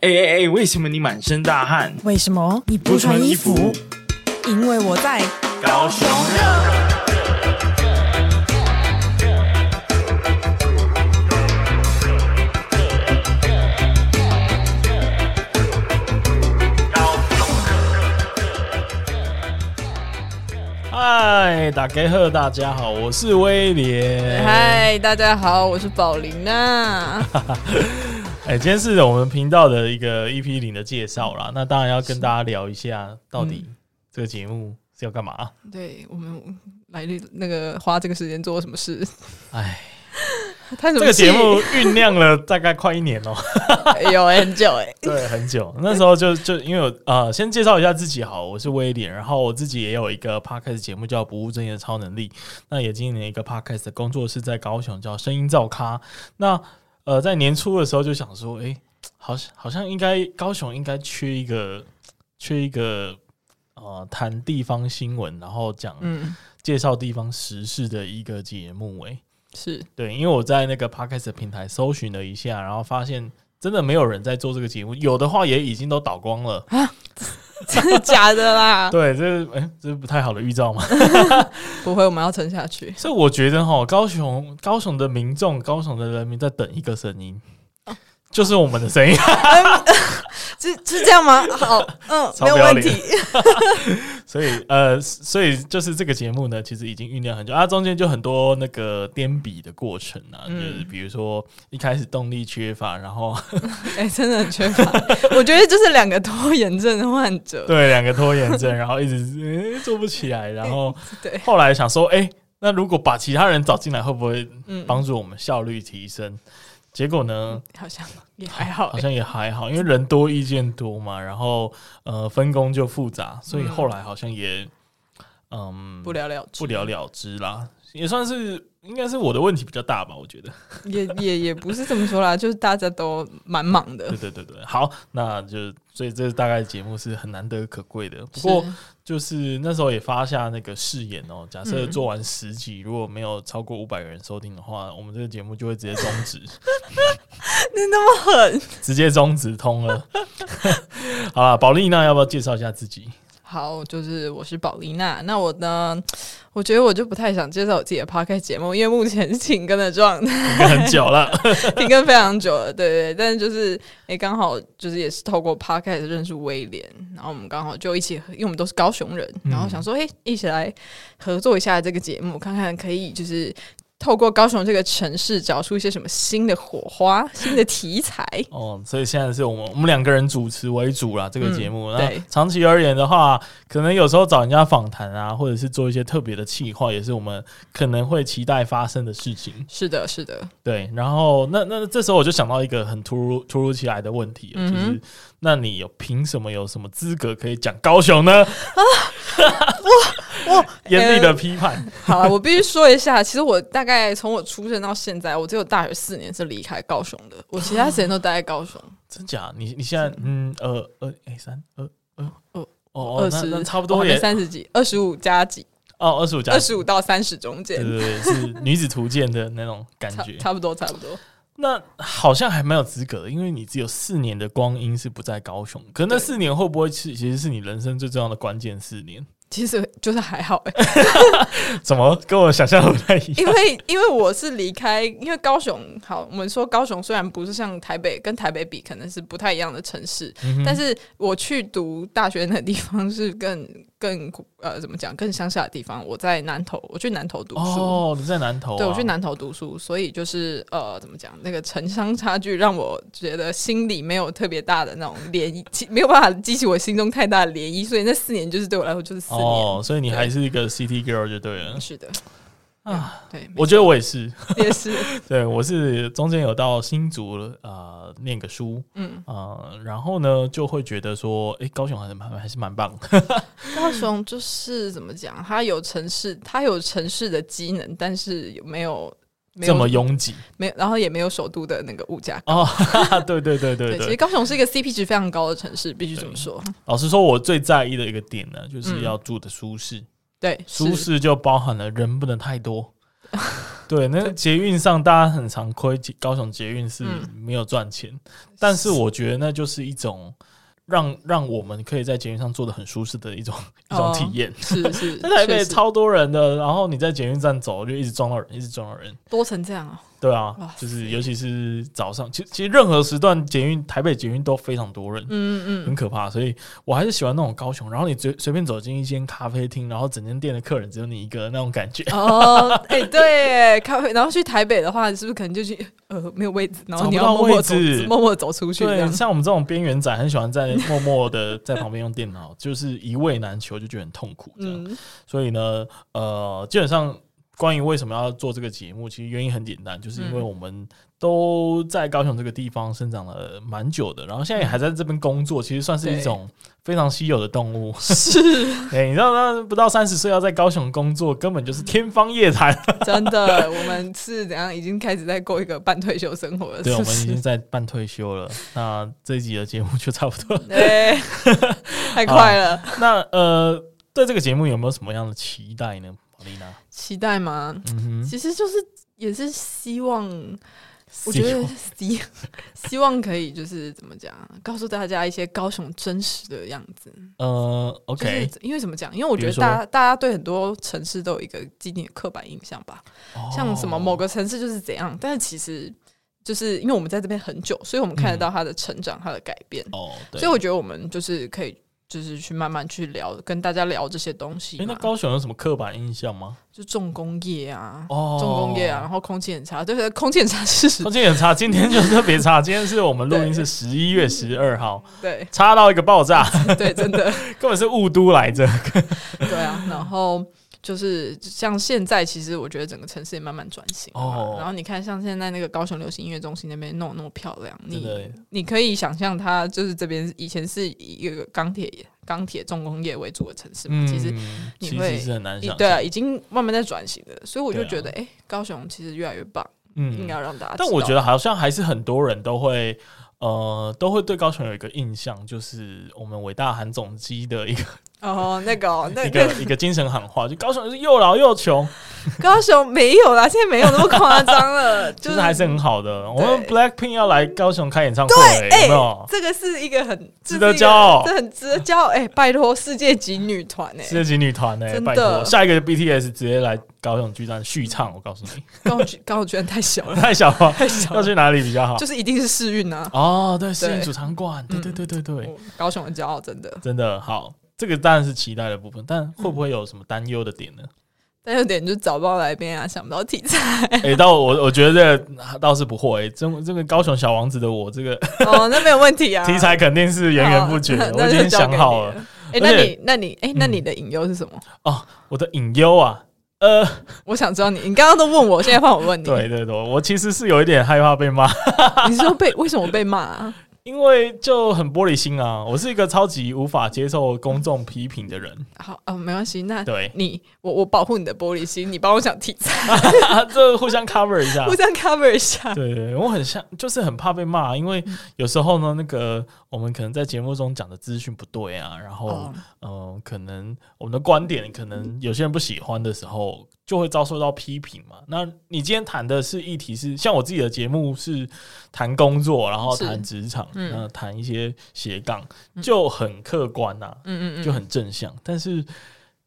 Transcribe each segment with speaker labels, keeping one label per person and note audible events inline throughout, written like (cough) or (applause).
Speaker 1: 哎哎哎，为什么你满身大汗？
Speaker 2: 为什么你不穿衣服？因为我在。
Speaker 1: 高雄嗨，打给贺，大家好，我是威廉。
Speaker 3: 嗨，大家好，我是宝琳娜。
Speaker 1: 哎、今天是我们频道的一个 EP 零的介绍啦。那当然要跟大家聊一下，到底这个节目是要干嘛、
Speaker 3: 嗯对我们来这那个花这个时间做什么事？
Speaker 1: 哎，
Speaker 3: (laughs) 叹什
Speaker 1: 这
Speaker 3: 么
Speaker 1: 个
Speaker 3: 气
Speaker 1: 节目酝酿了大概快一年哦、
Speaker 3: 有很久 (laughs) 哎、
Speaker 1: (laughs) 对，很久。那时候就就因为我呃，先介绍一下自己好，我是威廉，然后我自己也有一个 podcast 节目叫《不务正业的超能力》，那也经营了一个 podcast 的工作室在高雄叫声音造咖。那呃，在年初的时候就想说，诶，好像好像应该高雄应该缺一个缺一个呃谈地方新闻，然后讲、
Speaker 3: 嗯，
Speaker 1: 介绍地方时事的一个节目、诶。
Speaker 3: 是 (laughs)
Speaker 1: 对，因为我在那个 podcast 的平台搜寻了一下，然后发现真的没有人在做这个节目，有的话也已经都倒光了。
Speaker 3: 真的假的啦？
Speaker 1: 对，这是哎、这是不太好的预兆嘛。 (laughs)
Speaker 3: 不会，我们要撑下去。
Speaker 1: 所以我觉得哈，高雄高雄的民众、高雄的人民在等一个声音，就是我们的声音。 (laughs)
Speaker 3: 是是这样吗？好，嗯，
Speaker 1: 超
Speaker 3: 没有
Speaker 1: 不要
Speaker 3: 问题。 (laughs)
Speaker 1: 所以呃，所以就是这个节目呢，其实已经酝酿很久啊，中间就很多那个颠笔的过程啊，
Speaker 3: 嗯
Speaker 1: 就是比如说一开始动力缺乏，然后
Speaker 3: 哎、真的很缺乏。 (laughs) 我觉得就是两个拖延症的患 (laughs) 者。
Speaker 1: 对两个拖延症，然后一直、诶做不起来，然后。
Speaker 3: (laughs) 对，
Speaker 1: 后来想说，哎、那如果把其他人找进来，会不会
Speaker 3: 嗯，
Speaker 1: 帮助我们效率提升？结果呢，
Speaker 3: 好像也还好、
Speaker 1: 好
Speaker 3: 欸。
Speaker 1: 像也还好，因为人多意见多嘛，然后呃分工就复杂，所以后来好像也嗯
Speaker 3: 嗯不了了之，
Speaker 1: 不了了之啦，也算是应该是我的问题比较大吧，我觉得。
Speaker 3: 也也也不是这么说啦，就是大家都蛮忙的
Speaker 1: 对。对对对，好，那就所以这大概节目是很难得可贵的，不
Speaker 3: 是
Speaker 1: 过。就是那时候也发下那个誓言哦，假设
Speaker 3: 嗯
Speaker 1: 做完十集，如果没有超过五百个人收听的话，我们这个节目就会直接终止，(laughs)
Speaker 3: (laughs) 你那么狠，
Speaker 1: 直接终止通了。 (laughs) 好了，宝丽娜要不要介绍一下自己？
Speaker 3: 好，就是我是宝丽娜。那我呢，我觉得我就不太想介绍我自己的 podcast 节目，因为目前是 (laughs) 停更的状态，
Speaker 1: 应该很久了，
Speaker 3: 停更非常久了。对对对，但是就是诶，刚、好就是也是透过 podcast 认识威廉，然后我们刚好就一起合，因为我们都是高雄人，
Speaker 1: 嗯
Speaker 3: 然后想说，诶，一起来合作一下这个节目，看看可以就是。透过高雄这个城市，找出一些什么新的火花、新的题材。 (laughs)
Speaker 1: 哦，所以现在是我们我们两个人主持为主啦，这个节目。
Speaker 3: 嗯
Speaker 1: 那
Speaker 3: 对
Speaker 1: 长期而言的话，可能有时候找人家访谈啊，或者是做一些特别的企划，也是我们可能会期待发生的事情。
Speaker 3: 是的，是的，
Speaker 1: 对，然后那那这时候我就想到一个很突如突如其来的问题，
Speaker 3: 嗯
Speaker 1: 就
Speaker 3: 哼
Speaker 1: 是那你有凭什么有什么资格可以讲高雄呢？
Speaker 3: 啊哇，
Speaker 1: (laughs) 严
Speaker 3: 呃
Speaker 1: 厉的批判， (laughs)
Speaker 3: 好了，我必须说一下，其实我大概从我出生到现在，我只有大学四年是离开高雄的，我其他时间都待在高雄。
Speaker 1: 真假？你你现在嗯呃呃哎三呃呃
Speaker 3: 哦
Speaker 1: 哦哦，
Speaker 3: 二
Speaker 1: 那
Speaker 3: 十
Speaker 1: 那差不多也
Speaker 3: 也三十几，二十五加几，
Speaker 1: 哦二十五加
Speaker 3: 二十五到三十中
Speaker 1: 对
Speaker 3: 间，
Speaker 1: 对对，
Speaker 3: (laughs)
Speaker 1: 是女子图鉴的那种感
Speaker 3: 差
Speaker 1: 觉。
Speaker 3: 差不多差不多。
Speaker 1: 那好像还蛮有资格的，因为你只有四年的光阴是不在高雄，可那
Speaker 3: 对
Speaker 1: 四年会不会是其实是你人生最重要的关键四年？
Speaker 3: 其实就是还好、 (laughs) 欸，
Speaker 1: 怎么跟我想象的不太一样？
Speaker 3: 因为因为我是离开，因为高雄好，我们说高雄虽然不是像台北跟台北比，可能是不太一样的城市，
Speaker 1: 嗯
Speaker 3: 但是我去读大学那个地方是更更呃怎么讲更乡下的地方，我在南投，我去南投读书，
Speaker 1: (laughs) 哦，你在南投、啊？
Speaker 3: 对我去南投读书，所以就是呃，怎么讲，那个城乡差距让我觉得心里没有特别大的那种涟漪，激没有办法激起我心中太大的涟漪，所以那四年就是对我来说就是四年。
Speaker 1: 哦，所以你还是一个 City Girl 就对了。
Speaker 3: 是的，
Speaker 1: 啊，
Speaker 3: 对，没
Speaker 1: 我觉得我也是，
Speaker 3: 也是，
Speaker 1: (laughs) 对我是中间有到新竹呃念个书，
Speaker 3: 嗯，
Speaker 1: 呃，然后呢就会觉得说，诶，高雄还是蛮还是蛮棒的，
Speaker 3: 高雄就是怎么讲，它有城市，它有城市的机能，但是没有 (laughs) 没
Speaker 1: 这
Speaker 3: 有
Speaker 1: 么拥挤 (laughs)
Speaker 3: 没有，然后也没有首都的那个物价。
Speaker 1: 哦，哈哈对对对对
Speaker 3: 对，其
Speaker 1: 对
Speaker 3: 实。高雄是一个 CP 值非常高的城市，必须这么说。
Speaker 1: 老实说，我最在意的一个点呢，就是
Speaker 3: 嗯
Speaker 1: 要住的舒适，
Speaker 3: 对，
Speaker 1: 舒
Speaker 3: 是 (laughs)
Speaker 1: 适就包含了人不能太多，对，那捷运上大家很常亏，高雄捷运是
Speaker 3: 嗯
Speaker 1: 没有赚钱，但是我觉得那就是一种让让我们可以在捷运上做的很舒适的一种一种
Speaker 3: 哦
Speaker 1: 体
Speaker 3: (laughs)
Speaker 1: 验。
Speaker 3: 是是，
Speaker 1: (laughs) 在台北
Speaker 3: 确实
Speaker 1: 超多人的，然后你在捷运站走就一直撞到人，一直撞到人，
Speaker 3: 多成这样哦，
Speaker 1: 对啊
Speaker 3: 哇，
Speaker 1: 就是尤其是早上，其实其实任何时段捷运台北捷运都非常多人，
Speaker 3: 嗯
Speaker 1: 很
Speaker 3: 嗯，
Speaker 1: 可怕，所以我还是喜欢那种高雄，然后你随随便走进一间咖啡厅，然后整间店的客人只有你一个那种感
Speaker 3: (laughs)
Speaker 1: 觉，
Speaker 3: 哦，哎、对耶，咖啡，然后去台北的话，是不是可能就去 (laughs) 呃没有位置，然后你
Speaker 1: 找不到
Speaker 3: 要默默
Speaker 1: 位
Speaker 3: 走
Speaker 1: 置，
Speaker 3: 默默走出去这
Speaker 1: 对，
Speaker 3: 样。
Speaker 1: 像我们这种边缘仔，很喜欢在默默的在旁边用电脑， (laughs) 就是一位难求，就觉得很痛苦这样。
Speaker 3: (laughs) 嗯，
Speaker 1: 所以呢，呃，基本上关于为什么要做这个节目，其实原因很简单，就是因为
Speaker 3: 嗯
Speaker 1: 我们都在高雄这个地方生长了蛮久的，然后现在也还在这边工作，其实算是一
Speaker 3: 对
Speaker 1: 种非常稀有的动物。 (laughs)
Speaker 3: 是
Speaker 1: 对，你知道，那不到三十岁要在高雄工作，根本就是天方夜
Speaker 3: (laughs)
Speaker 1: 谭。
Speaker 3: 真的，我们是怎样已经开始在过一个半退休生活了，
Speaker 1: 对，
Speaker 3: 是
Speaker 1: 我
Speaker 3: 不
Speaker 1: 们已经
Speaker 3: 是？
Speaker 1: 在半退休了，那这一集的节目就差不多了。(laughs)
Speaker 3: (laughs) 对，太快了，
Speaker 1: 那呃，对这个节目有没有什么样的期待呢，宝丽娜？
Speaker 3: 期待吗？
Speaker 1: 嗯哼，
Speaker 3: 其实就是也是希望，我觉得希 (laughs) 希望可以就是怎么讲，告诉大家一些高雄真实的样子。
Speaker 1: (laughs) 呃
Speaker 3: 就
Speaker 1: ，OK，
Speaker 3: 是因为怎么讲？因为我
Speaker 1: 比
Speaker 3: 觉得
Speaker 1: 如说
Speaker 3: 大家大家对很多城市都有一个既定的刻板印象吧，像什么某
Speaker 1: 个
Speaker 3: 个城市就是怎样，但是其实就是因为我们在这边很久，所以我们看得到它的成长、它的改变，
Speaker 1: 哦，对，
Speaker 3: 所以我觉得我们就是可以。就是去慢慢去聊，跟大家聊这些东西
Speaker 1: 哎，那
Speaker 3: 嘛，
Speaker 1: 高雄有什么刻板印象吗？
Speaker 3: 就重工业啊，
Speaker 1: 哦，
Speaker 3: 重工业啊，然，后空气很差，就是空气很差事实
Speaker 1: 空，气很差，今天就特别差，今天是我们录音
Speaker 3: 对
Speaker 1: 是十一月十二号，
Speaker 3: (laughs) 对
Speaker 1: 差到一个爆
Speaker 3: (laughs)
Speaker 1: 炸，
Speaker 3: 对，真的，
Speaker 1: 根本是雾都来着。
Speaker 3: 对啊，然后就是像现在，其实我觉得整个城市也慢慢转型了嘛
Speaker 1: 哦
Speaker 3: 然后你看，像现在那个高雄流行音乐中心那边弄得那么漂亮，
Speaker 1: 真的
Speaker 3: 你你可以想象它就是这边以前是以一个钢铁业钢铁重工业为主的城市嘛，
Speaker 1: 嗯，
Speaker 3: 其实。你
Speaker 1: 其
Speaker 3: 会
Speaker 1: 实是很难
Speaker 3: 已
Speaker 1: 想，
Speaker 3: 对啊，，已经慢慢在转型了，所以我就
Speaker 1: 对啊
Speaker 3: 觉得，哎、高雄其实越来越棒，应
Speaker 1: 嗯
Speaker 3: 该，要让大家知道。
Speaker 1: 但我觉得好像还是很多人都会。呃，都会对高雄有一个印象，就是我们伟大韩总机的一个
Speaker 3: 哦，那个、哦、 (laughs) 那
Speaker 1: 一
Speaker 3: 个
Speaker 1: 个一个精神喊话，就高雄是又老又穷，
Speaker 3: 高雄没有啦，现在没有那么夸
Speaker 1: (laughs)
Speaker 3: 张了，
Speaker 1: 其
Speaker 3: 就
Speaker 1: 实
Speaker 3: 是
Speaker 1: 还是很好的。我们 Blackpink 要来高雄开演唱会，有没有？
Speaker 3: 这个是一个很
Speaker 1: 值得骄傲
Speaker 3: 这是一个这很值得骄傲。哎、拜托，世界级女团哎、
Speaker 1: 世界级女团呢、
Speaker 3: 真的
Speaker 1: 拜托，下一个 BTS 直接来高雄巨蛋续唱，我告诉
Speaker 3: (laughs)
Speaker 1: 你，
Speaker 3: 高雄居高雄居然
Speaker 1: (laughs)
Speaker 3: 太小了，
Speaker 1: 太小了，
Speaker 3: 太小
Speaker 1: 要
Speaker 3: 了，
Speaker 1: 去哪里比较好？
Speaker 3: 就是一定是试运啊。
Speaker 1: 哦，对，摄影主场馆，对对对对对，
Speaker 3: 我高雄的骄傲，真的。
Speaker 1: 真的好，这个当然是期待的部分，
Speaker 3: 嗯
Speaker 1: 但会不会有什么担忧的点呢？ (laughs)
Speaker 3: 但有点就是找不到来宾啊，想不到题材
Speaker 1: 诶，哎到我我觉得倒是不会，这这个高雄小王子的我这个
Speaker 3: 哦，那没有问题啊。
Speaker 1: (laughs) 题材肯定是源源不绝，
Speaker 3: 好
Speaker 1: 的，
Speaker 3: (laughs) 那
Speaker 1: 我已
Speaker 3: 那就
Speaker 1: 经
Speaker 3: 交
Speaker 1: 想
Speaker 3: 给
Speaker 1: 好
Speaker 3: 你
Speaker 1: 了。
Speaker 3: 了。哎、
Speaker 1: 而
Speaker 3: 那
Speaker 1: 且嗯
Speaker 3: 你那你哎、那你的隐忧是什么？
Speaker 1: 哦，我的隐忧啊，呃，
Speaker 3: 我想知道你，你刚刚都问我，现在换我问你。
Speaker 1: 对对对，我其实是有一点害怕被骂，
Speaker 3: 你是说被为什么被骂、啊？
Speaker 1: 因为就很玻璃心啊，我是一个超级无法接受公众批评的
Speaker 3: (laughs)
Speaker 1: 人。
Speaker 3: 好啊、没关系，那，
Speaker 1: 对 (laughs)
Speaker 3: 你我我保护你的玻璃心，你帮我想题材，
Speaker 1: 啊、这互相 cover 一下
Speaker 3: 互。相 cover 一下。
Speaker 1: 对对，我很像，就是很怕被骂，啊因
Speaker 3: 嗯
Speaker 1: 为有时候呢，那个我们可能在节目中讲的资讯不对啊，然后、
Speaker 3: 哦嗯
Speaker 1: 呃，可能我们的观点可能有些人不喜欢的时候，就会遭受到批评嘛。那你今天谈的是议题是，像我自己的节目是谈工作，然后
Speaker 3: 是
Speaker 1: 谈职场，
Speaker 3: 嗯
Speaker 1: 那谈一些斜杠，就很客观啊呐、
Speaker 3: 嗯嗯嗯，
Speaker 1: 就很正向。但是，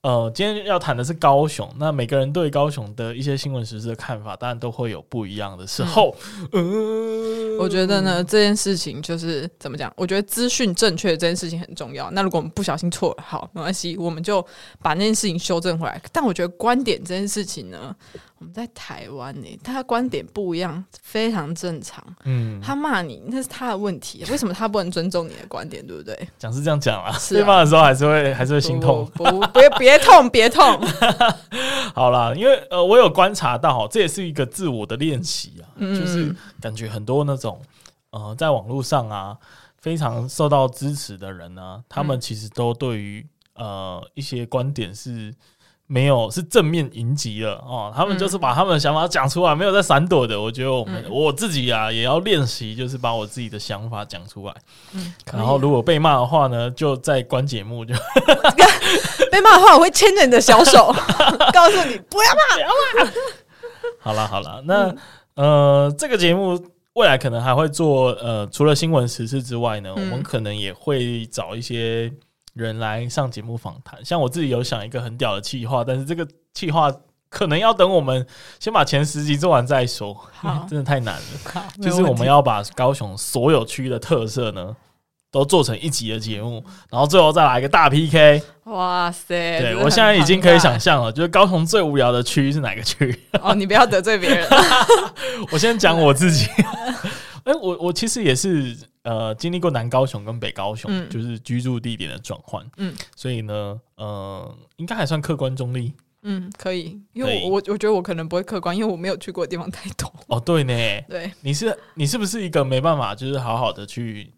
Speaker 1: 呃，今天要谈的是高雄，那每个人对高雄的一些新闻时事的看法，当然都会有不一样的时候。嗯，
Speaker 3: 我觉得呢，这件事情就是怎么讲？我觉得资讯正确这件事情很重要。那如果我们不小心错了，好，没关系，我们就把那件事情修正回来。但我觉得观点这件事情呢，我们在台湾呢、大家观点不一样，非常正常。
Speaker 1: 嗯，
Speaker 3: 他骂你，那是他的问题，啊为什么他不能尊重你的观点，对不对？
Speaker 1: 讲是这样讲啦，
Speaker 3: 是啊
Speaker 1: 被骂的时候还是会还是会心痛。
Speaker 3: 不，不，不别别痛，别痛。
Speaker 1: 好啦，因为呃，我有观察到哈，这也是一个自我的练习啊，
Speaker 3: 嗯
Speaker 1: 就是感觉很多那种呃，在网络上啊，非常受到支持的人呢、啊他
Speaker 3: 嗯
Speaker 1: 们其实都对于呃一些观点是。没有是正面迎击了哦，他们就是把他们的想法讲出来，没有在闪躲的。我觉得我
Speaker 3: 嗯
Speaker 1: 们、我自己啊也要练习，就是把我自己的想法讲出来。
Speaker 3: 嗯，可以
Speaker 1: 然后如果被骂的话呢，就在关节目就 (laughs)
Speaker 3: 被骂的话，我会牵着你的小手，告诉你不要骂。
Speaker 1: 好啦好啦，那、呃，这个节目未来可能还会做呃，除了新闻时事之外呢，
Speaker 3: 嗯
Speaker 1: 我们可能也会找一些人来上节目访谈。像我自己有想一个很屌的企划，但是这个企划可能要等我们先把前十集做完再说，因为
Speaker 3: 好
Speaker 1: (laughs) 真的太难了。
Speaker 3: 好，没
Speaker 1: 就
Speaker 3: 有
Speaker 1: 是
Speaker 3: 问
Speaker 1: 我
Speaker 3: 题
Speaker 1: 们要把高雄所有区的特色呢。都做成一集的节
Speaker 3: 嗯
Speaker 1: 目，然后最后再来一个大 PK。
Speaker 3: 哇塞！
Speaker 1: 对
Speaker 3: 真的
Speaker 1: 我现在
Speaker 3: 哎很
Speaker 1: 已经可以
Speaker 3: 庞大
Speaker 1: 想象了，就是高雄最无聊的区是哪个区？
Speaker 3: 哦，你不要得罪别人。
Speaker 1: 我先讲我自己， (laughs) 哎、我我其实也是呃经历过南高雄跟北高雄，
Speaker 3: 嗯
Speaker 1: 就是居住地点的转换，
Speaker 3: 嗯
Speaker 1: 所以呢，呃，应该还算客观中立。
Speaker 3: 嗯，可以，因
Speaker 1: 可
Speaker 3: 为
Speaker 1: 以
Speaker 3: 我我我觉得我可能不会客观，因为我没有去过的地方太
Speaker 1: (laughs)
Speaker 3: 多。
Speaker 1: 哦，对呢，
Speaker 3: 对，
Speaker 1: 你是你是不是一个没办法，就是好好的去，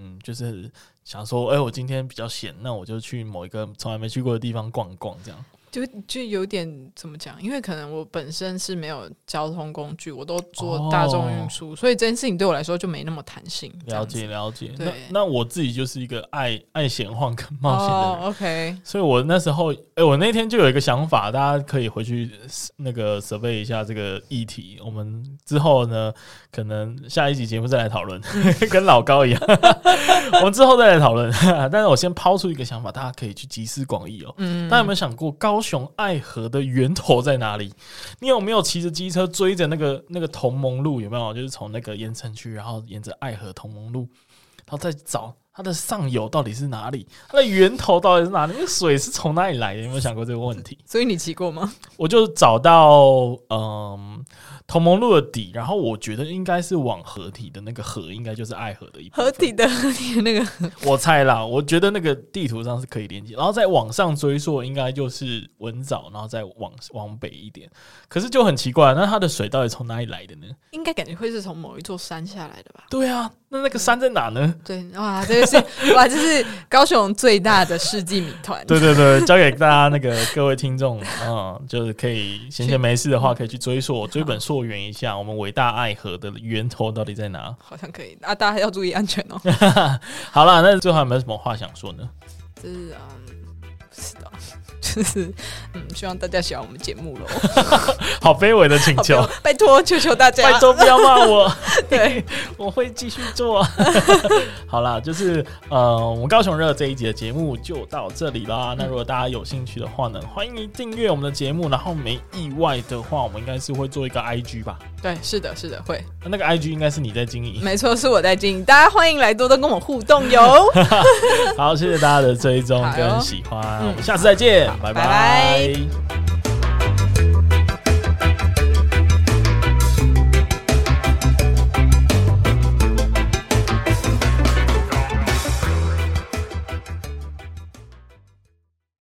Speaker 1: 嗯，就是想说，哎、我今天比较闲，那我就去某一个从来没去过的地方逛逛，这样。
Speaker 3: 就就有点怎么讲？因为可能我本身是没有交通工具，我都
Speaker 1: 哦
Speaker 3: 坐大众运输，所以这件事情对我来说就没那么弹性。这
Speaker 1: 了
Speaker 3: 样子
Speaker 1: 解了解，那
Speaker 3: 对
Speaker 1: 那我自己就是一个爱爱闲晃跟冒险的人。
Speaker 3: 哦，OK，
Speaker 1: 所以我那时候，哎、我那天就有一个想法，大家可以回去呃那个 survey 一下这个议题。我们之后呢，可能下一集节目再来讨论， (laughs) 跟老高一样， (laughs) 我们之后再来讨论。但是我先抛出一个想法，大家可以去集思广益哦。
Speaker 3: 嗯，
Speaker 1: 大家有没有想过高雄爱河的源头在哪里？ (laughs) 你有没有骑着机车追着那个那个同盟路？有没有就是从那个盐城区，然后沿着爱河同盟路，然后再找它的上游到底是哪里？它的源头到底是哪里？那个水是从哪里来的？有没有想过这个问题？
Speaker 3: 所以你骑过吗？ (laughs)
Speaker 1: 我就找到嗯同盟路的底，然后我觉得应该是往河体的那个河，应该就是爱河的一部分
Speaker 3: 合体的合体的那个，
Speaker 1: 我猜啦，我觉得那个地图上是可以连接，然后再往上追溯，应该就是文藻，然后再往往北一点。可是就很奇怪，那它的水到底从哪里来的呢？
Speaker 3: 应该感觉会是从某一座山下来的吧？
Speaker 1: 对啊，那那个山在哪呢？ (laughs)
Speaker 3: 对，哇，这个是哇，这是高雄最大的世纪谜团。
Speaker 1: (laughs) 对对对，交给大家那个各位听众，嗯，就是可以闲闲没事的话，可以去追溯、追本溯源一下，我们伟大爱河的源头到底在哪？
Speaker 3: 好像可以啊，大家要注意安全哦。
Speaker 1: 好啦，那最后有没有什么话想说呢？
Speaker 3: 就是嗯，不知道， (laughs) 就是嗯，希望大家喜欢我们节目
Speaker 1: (laughs)
Speaker 3: 喽。
Speaker 1: 好卑微的请
Speaker 3: 好，不
Speaker 1: 求
Speaker 3: 要，拜托，求求大家，
Speaker 1: 拜托不要骂我。
Speaker 3: 啊 (laughs) 对，
Speaker 1: (laughs) 我会继续做。 (laughs) 好啦，就是呃，我们高雄热这一集的节目就到这里
Speaker 3: 嗯
Speaker 1: 啦。那如果大家有兴趣的话呢，欢迎订阅我们的节目。然后没意外的话，我们应该是会做一个 IG 吧？
Speaker 3: 对，是的，是的，会，
Speaker 1: 那个 IG 应该是你在经营。
Speaker 3: 没错，是我在经营，大家欢迎来多多跟我互
Speaker 1: (laughs)
Speaker 3: 动哟。
Speaker 1: 好，谢谢大家的追踪
Speaker 3: 好哟
Speaker 1: 跟喜欢，
Speaker 3: 嗯
Speaker 1: 我们下次再见，拜
Speaker 3: 拜拜
Speaker 1: 拜